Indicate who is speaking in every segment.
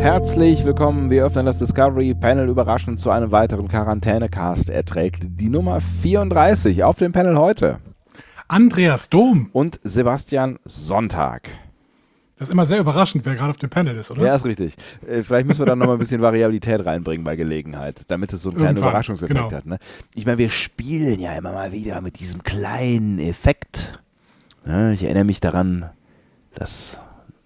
Speaker 1: Herzlich willkommen. Wir öffnen das Discovery Panel überraschend zu einem weiteren Quarantänecast. Er trägt die Nummer 34 auf dem Panel heute.
Speaker 2: Andreas Dom.
Speaker 1: Und Sebastian Sonntag.
Speaker 2: Das ist immer sehr überraschend, wer gerade auf dem Panel ist, oder?
Speaker 1: Ja, ist richtig. Äh, Vielleicht müssen wir da nochmal ein bisschen Variabilität reinbringen bei Gelegenheit, damit es so einen kleinen
Speaker 2: Irgendwann,
Speaker 1: Überraschungseffekt
Speaker 2: genau.
Speaker 1: hat. Ne? Ich meine, wir spielen ja immer mal wieder mit diesem kleinen Effekt. Ne? Ich erinnere mich daran, dass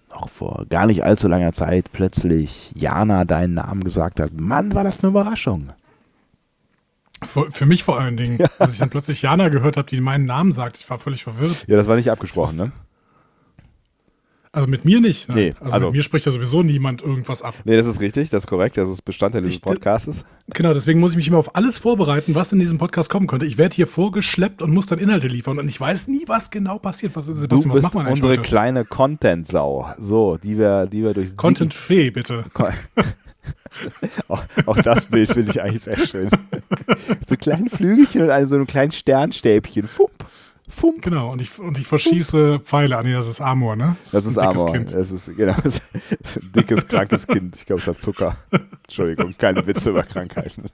Speaker 1: noch vor gar nicht allzu langer Zeit plötzlich Jana deinen Namen gesagt hat. Mann, war das eine Überraschung.
Speaker 2: Für, für mich vor allen Dingen. Als ich dann plötzlich Jana gehört habe, die meinen Namen sagt, ich war völlig verwirrt.
Speaker 1: Ja, das war nicht abgesprochen, ne?
Speaker 2: Also mit mir nicht. Ne?
Speaker 1: Nee,
Speaker 2: also,
Speaker 1: also-
Speaker 2: mit mir spricht ja sowieso niemand irgendwas ab.
Speaker 1: Nee, das ist richtig, das ist korrekt, das ist Bestandteil dieses
Speaker 2: Ich-
Speaker 1: Podcastes.
Speaker 2: Genau, deswegen muss ich mich immer auf alles vorbereiten, was in diesem Podcast kommen könnte. Ich werde hier vorgeschleppt und muss dann Inhalte liefern und ich weiß nie, was genau passiert. Was,
Speaker 1: Du
Speaker 2: Sebastian, was
Speaker 1: bist
Speaker 2: macht man eigentlich
Speaker 1: unsere
Speaker 2: heute?
Speaker 1: kleine Content-Sau, so, die wir, die wir durch
Speaker 2: Content-Fee, bitte.
Speaker 1: Ko- auch, auch das Bild finde ich eigentlich sehr schön. So kleinen Flügelchen und einem, so einem kleinen Sternstäbchen. Fump, fump.
Speaker 2: Genau, und ich, und ich verschieße Pfeile an. Nee, das ist Amor, ne?
Speaker 1: Das ist
Speaker 2: ein dickes
Speaker 1: Amor.
Speaker 2: Kind.
Speaker 1: Das ist, genau, das ist ein dickes, krankes Kind. Ich glaube, es hat Zucker. Entschuldigung, keine Witze über Krankheiten.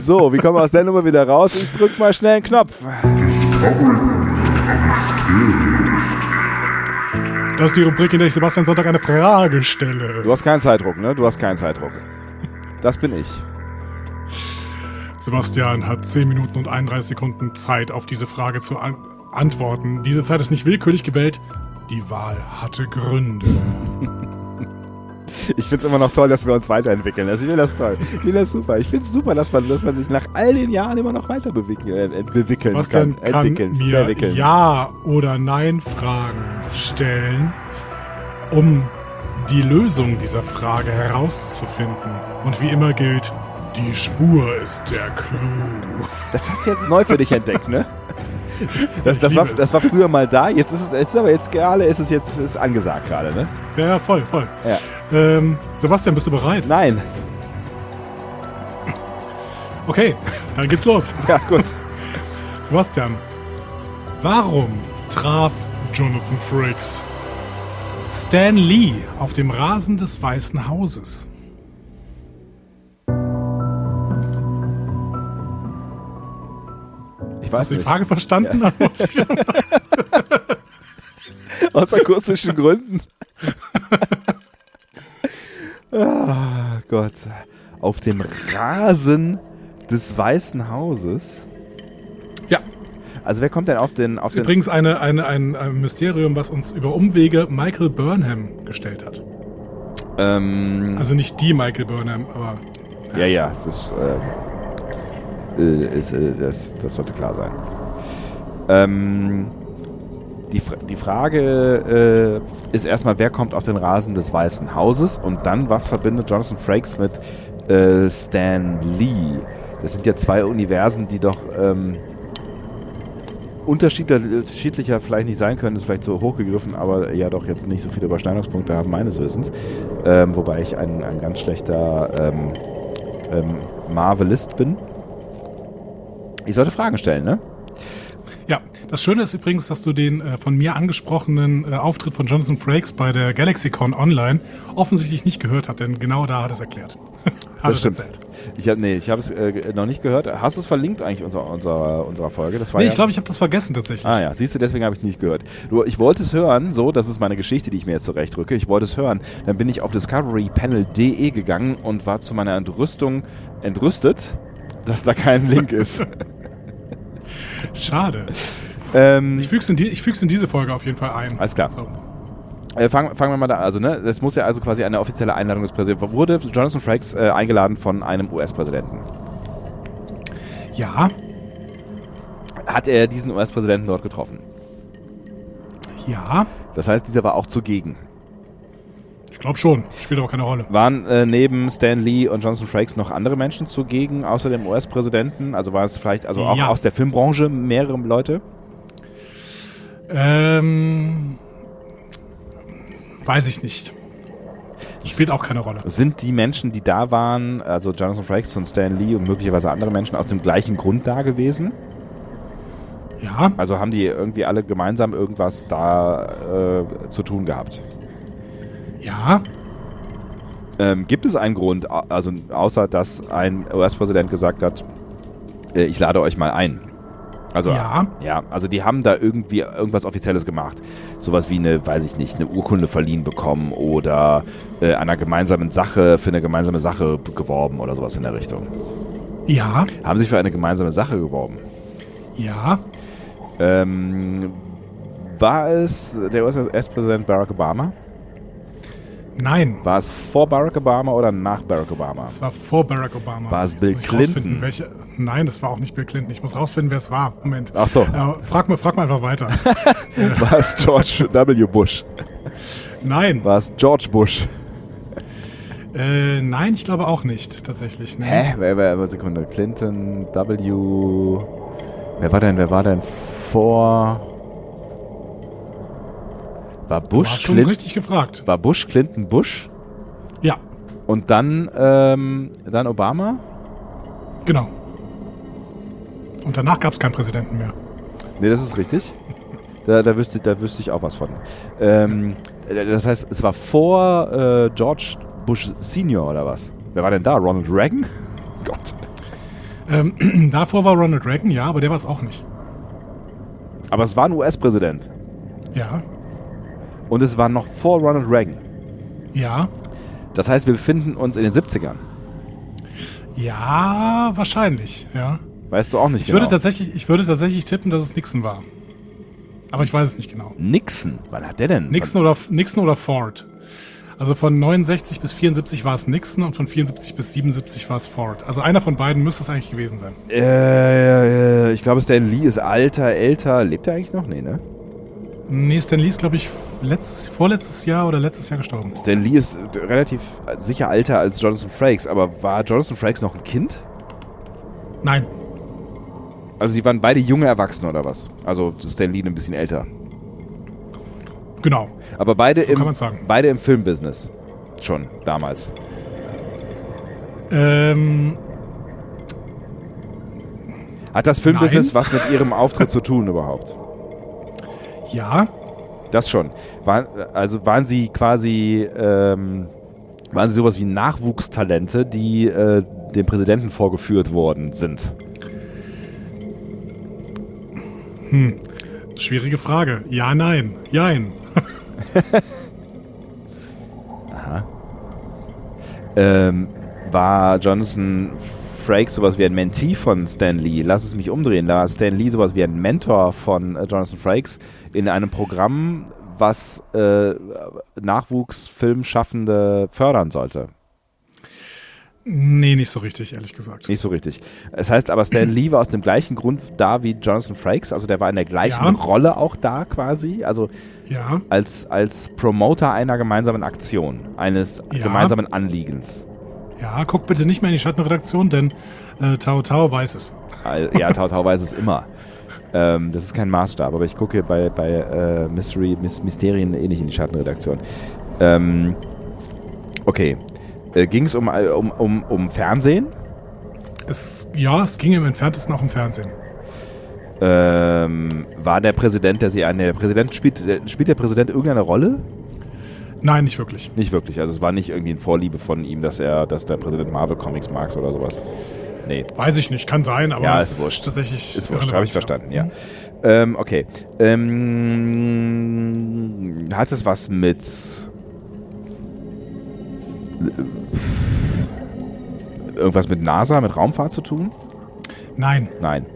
Speaker 1: So, wie kommen wir aus der Nummer wieder raus? Ich drück mal schnell einen Knopf.
Speaker 2: Das ist die Rubrik, in der ich Sebastian Sonntag eine Frage stelle.
Speaker 1: Du hast keinen Zeitdruck, ne? Du hast keinen Zeitdruck. Das bin ich.
Speaker 2: Sebastian hat 10 Minuten und 31 Sekunden Zeit, auf diese Frage zu an antworten. Diese Zeit ist nicht willkürlich gewählt. Die Wahl hatte Gründe.
Speaker 1: Ich find's immer noch toll, dass wir uns weiterentwickeln. Also ich finde das toll. Ich finde das super. Ich find's super, dass man, dass man sich nach all den Jahren immer noch weiter bewickeln, äh, ent- bewickeln
Speaker 2: Sebastian
Speaker 1: kann.
Speaker 2: kann
Speaker 1: entwickeln,
Speaker 2: mir
Speaker 1: verwickeln.
Speaker 2: Ja oder Nein Fragen stellen, um die Lösung dieser Frage herauszufinden. Und wie immer gilt, die Spur ist der Clou.
Speaker 1: Das hast du jetzt neu für dich entdeckt, ne? Das,
Speaker 2: Ich
Speaker 1: das, war,
Speaker 2: liebe es.
Speaker 1: das war früher mal da, jetzt ist es, es ist aber jetzt gerade, ist es jetzt ist angesagt gerade, ne?
Speaker 2: Ja, ja, voll, voll.
Speaker 1: Ja.
Speaker 2: Ähm, Sebastian, bist du bereit?
Speaker 1: Nein.
Speaker 2: Okay, dann geht's los.
Speaker 1: Ja, gut.
Speaker 2: Sebastian, warum traf Jonathan Frakes Stan Lee auf dem Rasen des Weißen Hauses?
Speaker 1: Ich
Speaker 2: Hast
Speaker 1: weiß
Speaker 2: du die
Speaker 1: nicht.
Speaker 2: Frage verstanden?
Speaker 1: Aus akustischen Gründen. Ah, Gott. Auf dem Rasen des Weißen Hauses.
Speaker 2: ja.
Speaker 1: Also wer kommt denn auf den... Auf
Speaker 2: Das ist
Speaker 1: den
Speaker 2: übrigens eine, eine, ein, ein Mysterium, was uns über Umwege Michael Burnham gestellt hat.
Speaker 1: Ähm,
Speaker 2: Also nicht die Michael Burnham, aber
Speaker 1: ja, ja, es ist, äh, äh, ist äh, das, das sollte klar sein. Ähm, die, Fra die Frage äh, ist erstmal, wer kommt auf den Rasen des Weißen Hauses und dann, was verbindet Jonathan Frakes mit äh, Stan Lee? Das sind ja zwei Universen, die doch ähm, unterschiedlicher, unterschiedlicher vielleicht nicht sein können, ist vielleicht so hochgegriffen, aber ja doch jetzt nicht so viele Überschneidungspunkte haben, meines Wissens. Ähm, wobei ich ein, ein ganz schlechter ähm, ähm, Marvelist bin. Ich sollte Fragen stellen, ne?
Speaker 2: Ja, das Schöne ist übrigens, dass du den äh, von mir angesprochenen äh, Auftritt von Jonathan Frakes bei der GalaxyCon Online offensichtlich nicht gehört hat, denn genau da hat er es erklärt. hat er es erzählt.
Speaker 1: Ich habe nee, ich habe es äh, noch nicht gehört. Hast du es verlinkt eigentlich unserer unserer unserer Folge? Das war
Speaker 2: Nee,
Speaker 1: ja,
Speaker 2: ich glaube, ich habe das vergessen tatsächlich.
Speaker 1: Ah ja, siehst du, deswegen habe ich nicht gehört. Nur ich wollte es hören, so, das ist meine Geschichte, die ich mir jetzt zurechtrücke. Ich wollte es hören. Dann bin ich auf discoverypanel.de gegangen und war zu meiner Entrüstung entrüstet, dass da kein Link ist.
Speaker 2: Schade.
Speaker 1: ähm,
Speaker 2: Ich füge es in, die, ich füg's in diese Folge auf jeden Fall ein.
Speaker 1: Alles klar.
Speaker 2: So.
Speaker 1: Äh, fangen, fangen wir mal da an. Also, ne, das muss ja also quasi eine offizielle Einladung des Präsidenten. Wurde Jonathan Frakes äh, eingeladen von einem US-Präsidenten?
Speaker 2: Ja,
Speaker 1: Hat er diesen US-Präsidenten dort getroffen?
Speaker 2: ja,
Speaker 1: Das heißt, dieser war auch zugegen.
Speaker 2: ich Glaub schon, spielt aber keine Rolle.
Speaker 1: Waren äh, neben Stan Lee und Johnson Frakes noch andere Menschen zugegen, außer dem US-Präsidenten? Also war es vielleicht, also auch
Speaker 2: Ja.
Speaker 1: aus der Filmbranche mehrere Leute?
Speaker 2: Ähm, weiß ich nicht. Spielt auch keine Rolle.
Speaker 1: Sind die Menschen, die da waren, also Jonathan Frakes und Stan Lee und möglicherweise andere Menschen, aus dem gleichen Grund da gewesen?
Speaker 2: Ja,
Speaker 1: Also haben die irgendwie alle gemeinsam irgendwas da äh, zu tun gehabt?
Speaker 2: ja,
Speaker 1: Ähm, gibt es einen Grund, au- also außer dass ein US-Präsident gesagt hat, äh, ich lade euch mal ein? Also,
Speaker 2: Ja.
Speaker 1: ja, also die haben da irgendwie irgendwas Offizielles gemacht. Sowas wie eine, weiß ich nicht, eine Urkunde verliehen bekommen oder äh, einer gemeinsamen Sache für eine gemeinsame Sache geworben oder sowas in der Richtung.
Speaker 2: ja,
Speaker 1: Haben sich für eine gemeinsame Sache geworben.
Speaker 2: ja,
Speaker 1: Ähm, war es der US-Präsident Barack Obama?
Speaker 2: nein.
Speaker 1: War es vor Barack Obama oder nach Barack Obama?
Speaker 2: Das war vor Barack Obama.
Speaker 1: War es
Speaker 2: Jetzt
Speaker 1: Bill
Speaker 2: muss ich rausfinden,
Speaker 1: Clinton?
Speaker 2: Welche, nein, das war auch nicht Bill Clinton. Ich muss rausfinden, wer es war. Moment.
Speaker 1: Ach so.
Speaker 2: Äh, frag, mal, frag mal einfach weiter.
Speaker 1: War es George W. Bush?
Speaker 2: nein.
Speaker 1: War es George Bush?
Speaker 2: Äh, nein, ich glaube auch nicht, tatsächlich. Ne?
Speaker 1: Hä? Wer, wer, wer, Sekunde. Clinton, W. Wer war denn, wer war denn vor. War
Speaker 2: Du hast
Speaker 1: Bush,
Speaker 2: schon
Speaker 1: Clinton,
Speaker 2: richtig gefragt.
Speaker 1: war Bush, Clinton, Bush?
Speaker 2: Ja,
Speaker 1: Und dann, ähm, dann Obama?
Speaker 2: genau. Und danach gab es keinen Präsidenten mehr.
Speaker 1: Nee, das ist richtig. Da, da, wüsste, da wüsste ich auch was von. Ähm, das heißt, es war vor äh, George Bush Senior oder was? Wer war denn da? Ronald Reagan? Gott.
Speaker 2: Ähm, davor war Ronald Reagan, ja, aber der war es auch nicht.
Speaker 1: Aber es war ein US-Präsident.
Speaker 2: Ja,
Speaker 1: Und es war noch vor Ronald Reagan.
Speaker 2: ja,
Speaker 1: Das heißt, wir befinden uns in den 70ern.
Speaker 2: ja, wahrscheinlich, ja.
Speaker 1: Weißt du auch nicht
Speaker 2: Ich,
Speaker 1: genau.
Speaker 2: würde tatsächlich, ich würde tatsächlich tippen, dass es Nixon war. Aber ich weiß es nicht genau.
Speaker 1: Nixon. Wann hat der denn?
Speaker 2: Nixon oder, Nixon oder Ford. Also von 69 bis 74 war es Nixon und von 74 bis 77 war es Ford. Also einer von beiden müsste es eigentlich gewesen sein.
Speaker 1: Äh, äh, ich glaube, Stan Lee ist alter, älter. Lebt er eigentlich noch? Nee, ne?
Speaker 2: Nee, Stan Lee ist, glaube ich, letztes, vorletztes Jahr oder letztes Jahr gestorben.
Speaker 1: Stan Lee ist äh, relativ äh, sicher älter als Jonathan Frakes. Aber war Jonathan Frakes noch ein Kind?
Speaker 2: Nein,
Speaker 1: Also die waren beide junge Erwachsene oder was? Also Stan Lee ein bisschen älter.
Speaker 2: genau.
Speaker 1: Aber beide,
Speaker 2: kann
Speaker 1: im,
Speaker 2: man's sagen.
Speaker 1: beide im Filmbusiness. Schon damals.
Speaker 2: Ähm,
Speaker 1: Hat das Filmbusiness was mit ihrem Auftritt zu tun überhaupt?
Speaker 2: ja,
Speaker 1: Das schon. Waren, also waren sie quasi ähm, waren sie sowas wie Nachwuchstalente, die äh, dem Präsidenten vorgeführt worden sind.
Speaker 2: schwierige Frage. Ja, nein, jein.
Speaker 1: Ähm, war Jonathan Frakes sowas wie ein Mentee von Stan Lee? Lass es mich umdrehen. Da war Stan Lee sowas wie ein Mentor von äh, Jonathan Frakes in einem Programm, was äh, Nachwuchsfilmschaffende fördern sollte.
Speaker 2: Nee, nicht so richtig, ehrlich gesagt.
Speaker 1: Nicht so richtig. Es heißt aber, Stan Lee war aus dem gleichen Grund da wie Jonathan Frakes, also der war in der gleichen
Speaker 2: Ja.
Speaker 1: Rolle auch da quasi, also
Speaker 2: Ja,
Speaker 1: als, als Promoter einer gemeinsamen Aktion, eines
Speaker 2: Ja.
Speaker 1: gemeinsamen Anliegens.
Speaker 2: ja, guck bitte nicht mehr in die Schattenredaktion, denn äh, Tao Tao weiß es.
Speaker 1: Al- Ja, Tau Tau weiß es immer. Ähm, das ist kein Maßstab, aber ich gucke bei, bei äh, Mystery, Mys Mysterien eh nicht in die Schattenredaktion. Ähm, okay. Äh, Ging es um, äh, um, um, um Fernsehen?
Speaker 2: es. Ja, es ging im Entferntesten auch im Fernsehen.
Speaker 1: Ähm, war der Präsident, der sie an der Präsident spielt, der- spielt der Präsident irgendeine Rolle?
Speaker 2: Nein, nicht wirklich.
Speaker 1: Nicht wirklich. Also es war nicht irgendwie eine Vorliebe von ihm, dass er, dass der Präsident Marvel Comics mag oder sowas. Nee.
Speaker 2: Weiß ich nicht, kann sein, aber
Speaker 1: Ja, ist
Speaker 2: es ist,
Speaker 1: wurscht.
Speaker 2: tatsächlich.
Speaker 1: Ist wurscht,
Speaker 2: irrelevant,
Speaker 1: habe ich
Speaker 2: ja.
Speaker 1: verstanden, ja. Ähm, okay. Ähm, hat es was mit. Irgendwas mit NASA, mit Raumfahrt zu tun?
Speaker 2: Nein,
Speaker 1: Nein.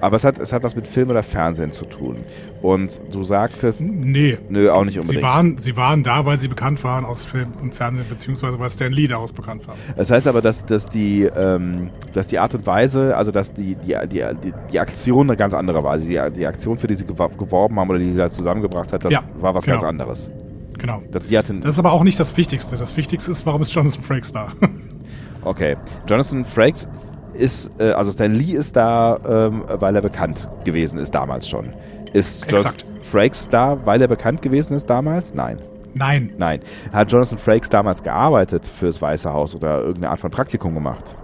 Speaker 1: Aber es hat, es hat was mit Film oder Fernsehen zu tun. Und du sagtest,
Speaker 2: nee.
Speaker 1: nö, auch nicht
Speaker 2: Sie
Speaker 1: unbedingt.
Speaker 2: waren, sie waren da, weil sie bekannt waren aus Film und Fernsehen, beziehungsweise weil Stan Lee daraus bekannt war.
Speaker 1: Das heißt aber, dass, dass, die, ähm, dass die Art und Weise, also dass die, die, die, die, die Aktion eine ganz andere war. Also die, die Aktion, für die sie gewa- geworben haben oder die sie da zusammengebracht hat, das
Speaker 2: Ja,
Speaker 1: war was
Speaker 2: genau.
Speaker 1: ganz anderes.
Speaker 2: Genau.
Speaker 1: Das, die hatte,
Speaker 2: Das ist aber auch nicht das Wichtigste. Das Wichtigste ist, warum ist Jonathan Frakes da?
Speaker 1: okay. Jonathan Frakes ist, äh, also Stan Lee ist da, ähm, weil er bekannt gewesen ist damals schon. Ist
Speaker 2: Exakt.
Speaker 1: Jonathan Frakes da, weil er bekannt gewesen ist damals? Nein.
Speaker 2: Nein.
Speaker 1: Nein. Hat Jonathan Frakes damals gearbeitet fürs Weiße Haus oder irgendeine Art von Praktikum gemacht?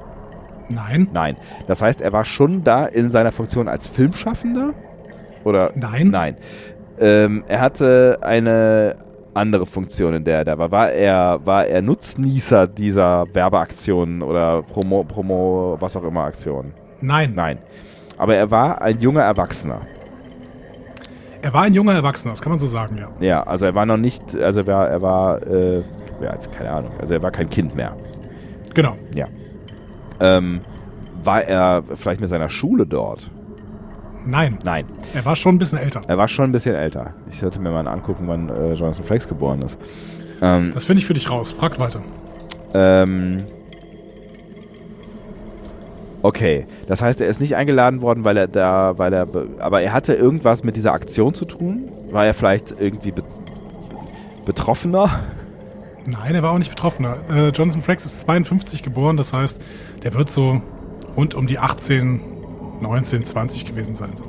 Speaker 2: Nein.
Speaker 1: Nein. Das heißt, er war schon da in seiner Funktion als Filmschaffender? Oder?
Speaker 2: Nein.
Speaker 1: Nein. Ähm, er hatte eine andere Funktion, in der er da war. War er, war er Nutznießer dieser Werbeaktionen oder Promo, Promo, was auch immer Aktionen?
Speaker 2: Nein.
Speaker 1: Nein. Aber er war ein junger Erwachsener.
Speaker 2: Er war ein junger Erwachsener, das kann man so sagen, ja.
Speaker 1: Ja, also er war noch nicht, also er war, er war, äh, ja, keine Ahnung, also er war kein Kind mehr.
Speaker 2: Genau.
Speaker 1: Ja. Ähm, war er vielleicht mit seiner Schule dort?
Speaker 2: Nein.
Speaker 1: Nein.
Speaker 2: Er war schon ein bisschen älter.
Speaker 1: Er war schon ein bisschen älter. Ich sollte mir mal angucken, wann äh, Jonathan Frakes geboren ist. Ähm,
Speaker 2: Das finde ich für dich raus. Frag weiter.
Speaker 1: ähm, okay, das heißt, er ist nicht eingeladen worden, weil er da, weil er, be- aber er hatte irgendwas mit dieser Aktion zu tun? War er vielleicht irgendwie be betroffener?
Speaker 2: Nein, er war auch nicht Betroffener. Äh, Jonathan Frakes ist 52 geboren, das heißt, der wird so rund um die 18, 19, 20 gewesen sein. So.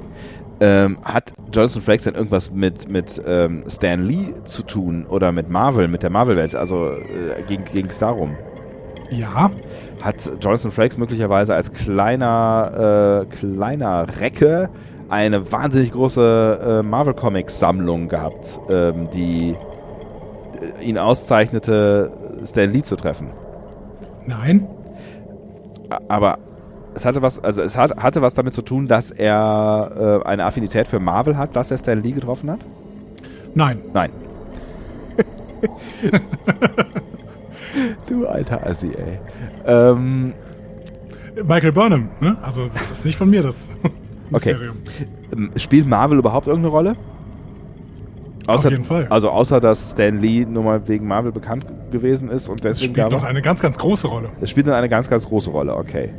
Speaker 1: Ähm, hat Jonathan Frakes denn irgendwas mit, mit ähm, Stan Lee zu tun oder mit Marvel, mit der Marvel-Welt? Also äh, ging es darum?
Speaker 2: Ja,
Speaker 1: Hat Jonathan Frakes möglicherweise als kleiner, äh, kleiner Recke eine wahnsinnig große äh, Marvel-Comics-Sammlung gehabt, ähm, die äh, ihn auszeichnete, Stan Lee zu treffen?
Speaker 2: nein,
Speaker 1: A- aber es hatte was, also es hat, hatte was damit zu tun, dass er äh, eine Affinität für Marvel hat, dass er Stan Lee getroffen hat?
Speaker 2: nein.
Speaker 1: Nein. du alter Assi, ey. Ähm,
Speaker 2: Michael Burnham, ne? Also, das ist nicht von mir, das Mysterium.
Speaker 1: ähm, spielt Marvel überhaupt irgendeine Rolle? Außer,
Speaker 2: jeden Fall.
Speaker 1: Also außer, dass Stan Lee nur mal wegen Marvel bekannt g- gewesen ist und
Speaker 2: Das
Speaker 1: deswegen
Speaker 2: spielt
Speaker 1: da
Speaker 2: noch
Speaker 1: war-
Speaker 2: eine ganz, ganz große Rolle.
Speaker 1: Es spielt nur eine ganz, ganz große Rolle, okay.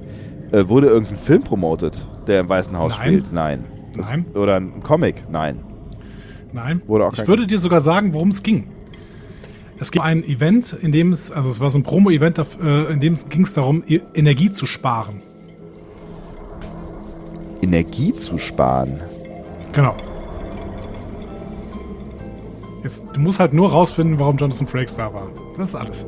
Speaker 1: Äh, wurde irgendein Film promotet, der im Weißen Haus
Speaker 2: Nein.
Speaker 1: spielt? Nein.
Speaker 2: Nein.
Speaker 1: Oder ein Comic? Nein.
Speaker 2: Nein.
Speaker 1: Wurde auch
Speaker 2: ich
Speaker 1: kein-
Speaker 2: würde dir sogar sagen, worum es ging. Es ging um ein Event, in dem es, also es war so ein Promo-Event, da- äh, in dem es ging es darum, E- Energie zu sparen.
Speaker 1: Energie zu sparen.
Speaker 2: Genau. Jetzt, du musst halt nur rausfinden, warum Jonathan Frakes da war. Das ist alles.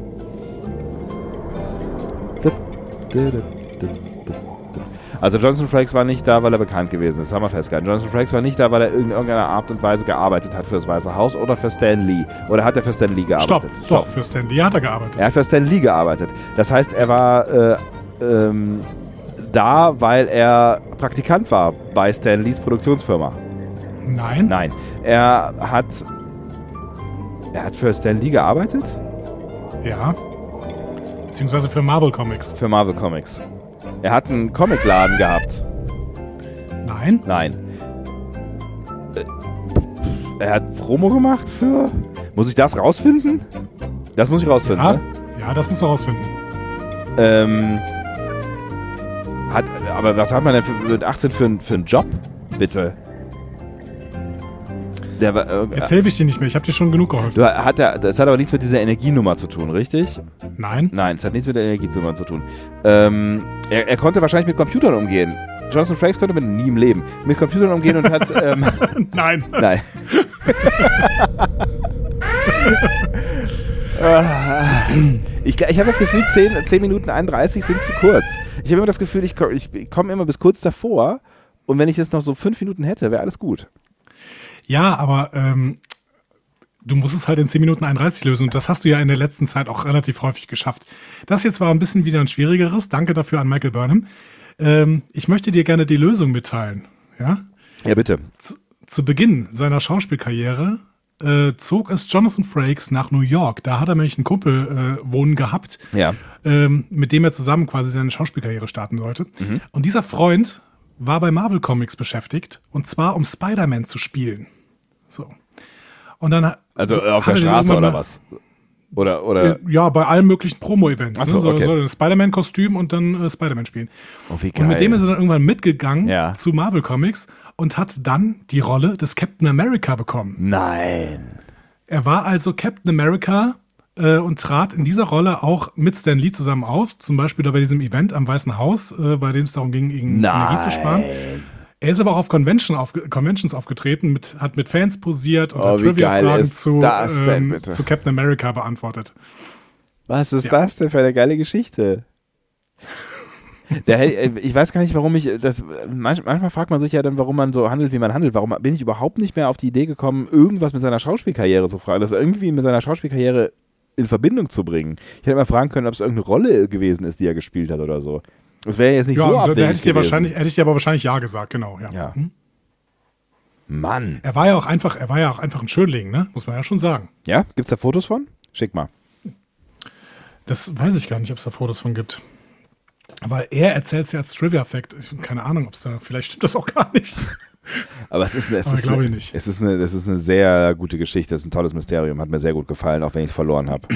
Speaker 1: Also Johnson Frakes war nicht da, weil er bekannt gewesen ist, haben wir festgehalten. Johnson Frakes war nicht da, weil er in irgendeiner Art und Weise gearbeitet hat für das Weiße Haus oder für Stan Lee. Oder hat er für Stan Lee
Speaker 2: Stopp.
Speaker 1: gearbeitet?
Speaker 2: Doch, für Stanley hat er gearbeitet.
Speaker 1: Er hat für Stan Lee gearbeitet. Das heißt, er war äh, ähm, da, weil er Praktikant war bei Stan Lees Produktionsfirma.
Speaker 2: Nein.
Speaker 1: Nein, er hat er hat für Stan Lee gearbeitet?
Speaker 2: Ja. Beziehungsweise für Marvel Comics.
Speaker 1: Für Marvel Comics. Er hat einen Comicladen gehabt.
Speaker 2: Nein.
Speaker 1: Nein. Äh, Er hat Promo gemacht für. Muss ich das rausfinden? Das muss ich rausfinden.
Speaker 2: Ja.
Speaker 1: Ne?
Speaker 2: Ja, das musst du rausfinden.
Speaker 1: Ähm, hat, aber was hat man denn für, mit 18 für, einen- für einen Job? Bitte. Der war. Äh,
Speaker 2: Jetzt helfe ich dir nicht mehr. Ich habe dir schon genug geholfen.
Speaker 1: du, hat er, das hat aber nichts mit dieser Energienummer zu tun, richtig?
Speaker 2: Nein.
Speaker 1: Nein, es hat nichts mit der Energienummer zu tun. Ähm, er, er konnte wahrscheinlich mit Computern umgehen. Jonathan Frakes konnte mit nie im Leben mit Computern umgehen und hat. Ähm,
Speaker 2: Nein.
Speaker 1: Nein. Ah. ich ich habe das Gefühl, 10, 10 Minuten 31 sind zu kurz. Ich habe immer das Gefühl, ich, komm- ich komme immer bis kurz davor und wenn ich jetzt noch so 5 Minuten hätte, wäre alles gut.
Speaker 2: Ja, aber ähm, du musst es halt in 10 Minuten 31 lösen. Und das hast du ja in der letzten Zeit auch relativ häufig geschafft. Das jetzt war ein bisschen wieder ein schwierigeres. Danke dafür an Michael Burnham. Ähm, ich möchte dir gerne die Lösung mitteilen. Ja?
Speaker 1: Ja, bitte.
Speaker 2: Zu, zu Beginn seiner Schauspielkarriere äh, zog es Jonathan Frakes nach New York. Da hat er nämlich einen Kumpel äh, wohnen gehabt,
Speaker 1: Ja.
Speaker 2: ähm, mit dem er zusammen quasi seine Schauspielkarriere starten sollte.
Speaker 1: Mhm.
Speaker 2: Und dieser Freund war bei Marvel Comics beschäftigt und zwar um Spider-Man zu spielen. So. Und dann ha-
Speaker 1: Also
Speaker 2: so-
Speaker 1: äh, auf der
Speaker 2: hat er den
Speaker 1: Straße
Speaker 2: irgendwann
Speaker 1: oder
Speaker 2: mal-
Speaker 1: was? Oder,
Speaker 2: Äh,
Speaker 1: oder.
Speaker 2: Ja, bei allen möglichen Promo-Events.
Speaker 1: Ach
Speaker 2: Ne?
Speaker 1: so,
Speaker 2: So,
Speaker 1: okay.
Speaker 2: so ein Spider-Man-Kostüm und dann äh, Spider-Man spielen.
Speaker 1: Oh, wie
Speaker 2: Und
Speaker 1: geil.
Speaker 2: mit dem ist er dann irgendwann mitgegangen
Speaker 1: Ja.
Speaker 2: zu Marvel Comics und hat dann die Rolle des Captain America bekommen.
Speaker 1: Nein.
Speaker 2: Er war also Captain America äh, und trat in dieser Rolle auch mit Stan Lee zusammen auf, zum Beispiel da bei diesem Event am Weißen Haus, äh, bei dem es darum ging, irgendwie Energie zu sparen. Er ist aber auch auf, Convention auf Conventions aufgetreten, mit, hat mit Fans posiert und
Speaker 1: Oh,
Speaker 2: hat
Speaker 1: wie geil
Speaker 2: Trivia-Fragen
Speaker 1: ist
Speaker 2: zu,
Speaker 1: das denn,
Speaker 2: ähm,
Speaker 1: bitte?
Speaker 2: zu Captain America beantwortet.
Speaker 1: Was ist
Speaker 2: Ja.
Speaker 1: das denn für eine geile Geschichte? Der, hält- äh, ich weiß gar nicht, warum ich das. manch- Manchmal fragt man sich ja dann, warum man so handelt, wie man handelt. Warum bin ich überhaupt nicht mehr auf die Idee gekommen, irgendwas mit seiner Schauspielkarriere zu fragen, das irgendwie mit seiner Schauspielkarriere in Verbindung zu bringen? Ich hätte mal fragen können, ob es irgendeine Rolle gewesen ist, die er gespielt hat oder so. Das wäre jetzt nicht
Speaker 2: Ja,
Speaker 1: so
Speaker 2: da,
Speaker 1: abwegig
Speaker 2: da hätte ich dir
Speaker 1: gewesen.
Speaker 2: wahrscheinlich, hätte ich dir aber wahrscheinlich ja gesagt, genau. Ja.
Speaker 1: Ja.
Speaker 2: Hm?
Speaker 1: Mann.
Speaker 2: Er war ja auch einfach, er war ja auch einfach ein Schönling, ne? Muss man ja schon sagen.
Speaker 1: Ja, gibt's da Fotos von? Schick mal.
Speaker 2: Das weiß ich gar nicht, ob es da Fotos von gibt. Weil er erzählt es ja als Trivia-Fact. Ich- Keine Ahnung, ob es da, vielleicht stimmt das auch gar nicht.
Speaker 1: Aber es ist eine, es
Speaker 2: Aber
Speaker 1: ist
Speaker 2: glaube
Speaker 1: eine,
Speaker 2: ich nicht.
Speaker 1: Es ist eine, es ist eine sehr gute Geschichte. Es ist ein tolles Mysterium. Hat mir sehr gut gefallen, auch wenn ich es verloren habe.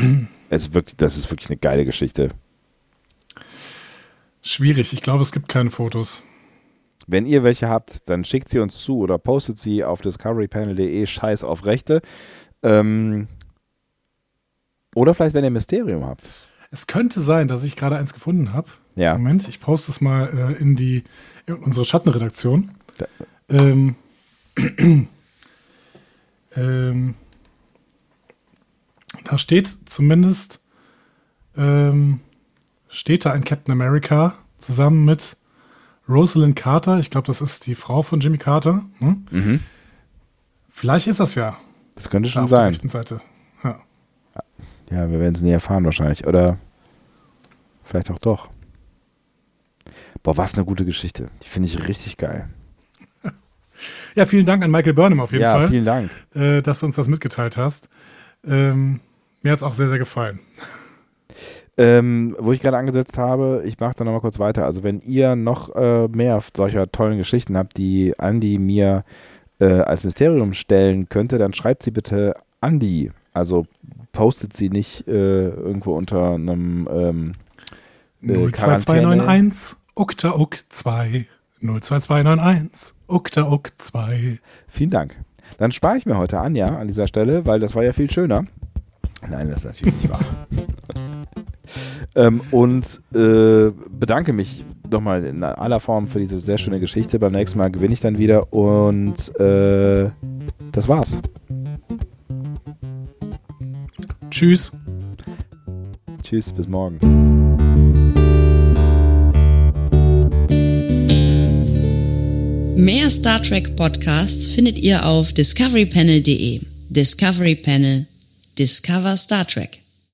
Speaker 1: es ist wirklich, das ist wirklich eine geile Geschichte.
Speaker 2: Schwierig, ich glaube, es gibt keine Fotos.
Speaker 1: Wenn ihr welche habt, dann schickt sie uns zu oder postet sie auf discoverypanel.de. Scheiß auf Rechte. Ähm, oder vielleicht, wenn ihr ein Mysterium habt.
Speaker 2: Es könnte sein, dass ich gerade eins gefunden habe.
Speaker 1: Ja.
Speaker 2: Moment, ich poste es mal äh, in die in unsere Schattenredaktion.
Speaker 1: Da-
Speaker 2: Ähm, ähm, da steht zumindest ähm, steht da ein Captain America zusammen mit Rosalind Carter. Ich glaube, das ist die Frau von Jimmy Carter. Hm? Vielleicht ist das ja
Speaker 1: Das könnte
Speaker 2: da
Speaker 1: schon
Speaker 2: auf der
Speaker 1: Mhm. sein.
Speaker 2: rechten Seite. Ja.
Speaker 1: Ja, wir werden es nie erfahren wahrscheinlich. Oder vielleicht auch doch. Boah, was eine gute Geschichte. Die finde ich richtig geil.
Speaker 2: ja, vielen Dank an Michael Burnham auf jeden
Speaker 1: ja,
Speaker 2: Fall.
Speaker 1: vielen Dank.
Speaker 2: äh, dass du uns das mitgeteilt hast. Ähm, mir hat es auch sehr, sehr gefallen.
Speaker 1: Ähm, wo ich gerade angesetzt habe, ich mache da nochmal kurz weiter. Also wenn ihr noch äh, mehr solcher tollen Geschichten habt, die Andi mir äh, als Mysterium stellen könnte, dann schreibt sie bitte Andi. Also postet sie nicht äh, irgendwo unter einem ähm, Äh,
Speaker 2: 02291 Ukta Uk 2 02291 Ukta Uk 2
Speaker 1: Vielen Dank. Dann spare ich mir heute Anja an dieser Stelle, weil das war ja viel schöner. Nein, das ist natürlich nicht wahr. ähm, und äh, bedanke mich nochmal in aller Form für diese sehr schöne Geschichte. Beim nächsten Mal gewinne ich dann wieder und äh, das war's.
Speaker 2: Tschüss.
Speaker 1: Tschüss, bis morgen.
Speaker 3: Mehr Star Trek Podcasts findet ihr auf discoverypanel.de. Discovery Panel. Discover Star Trek.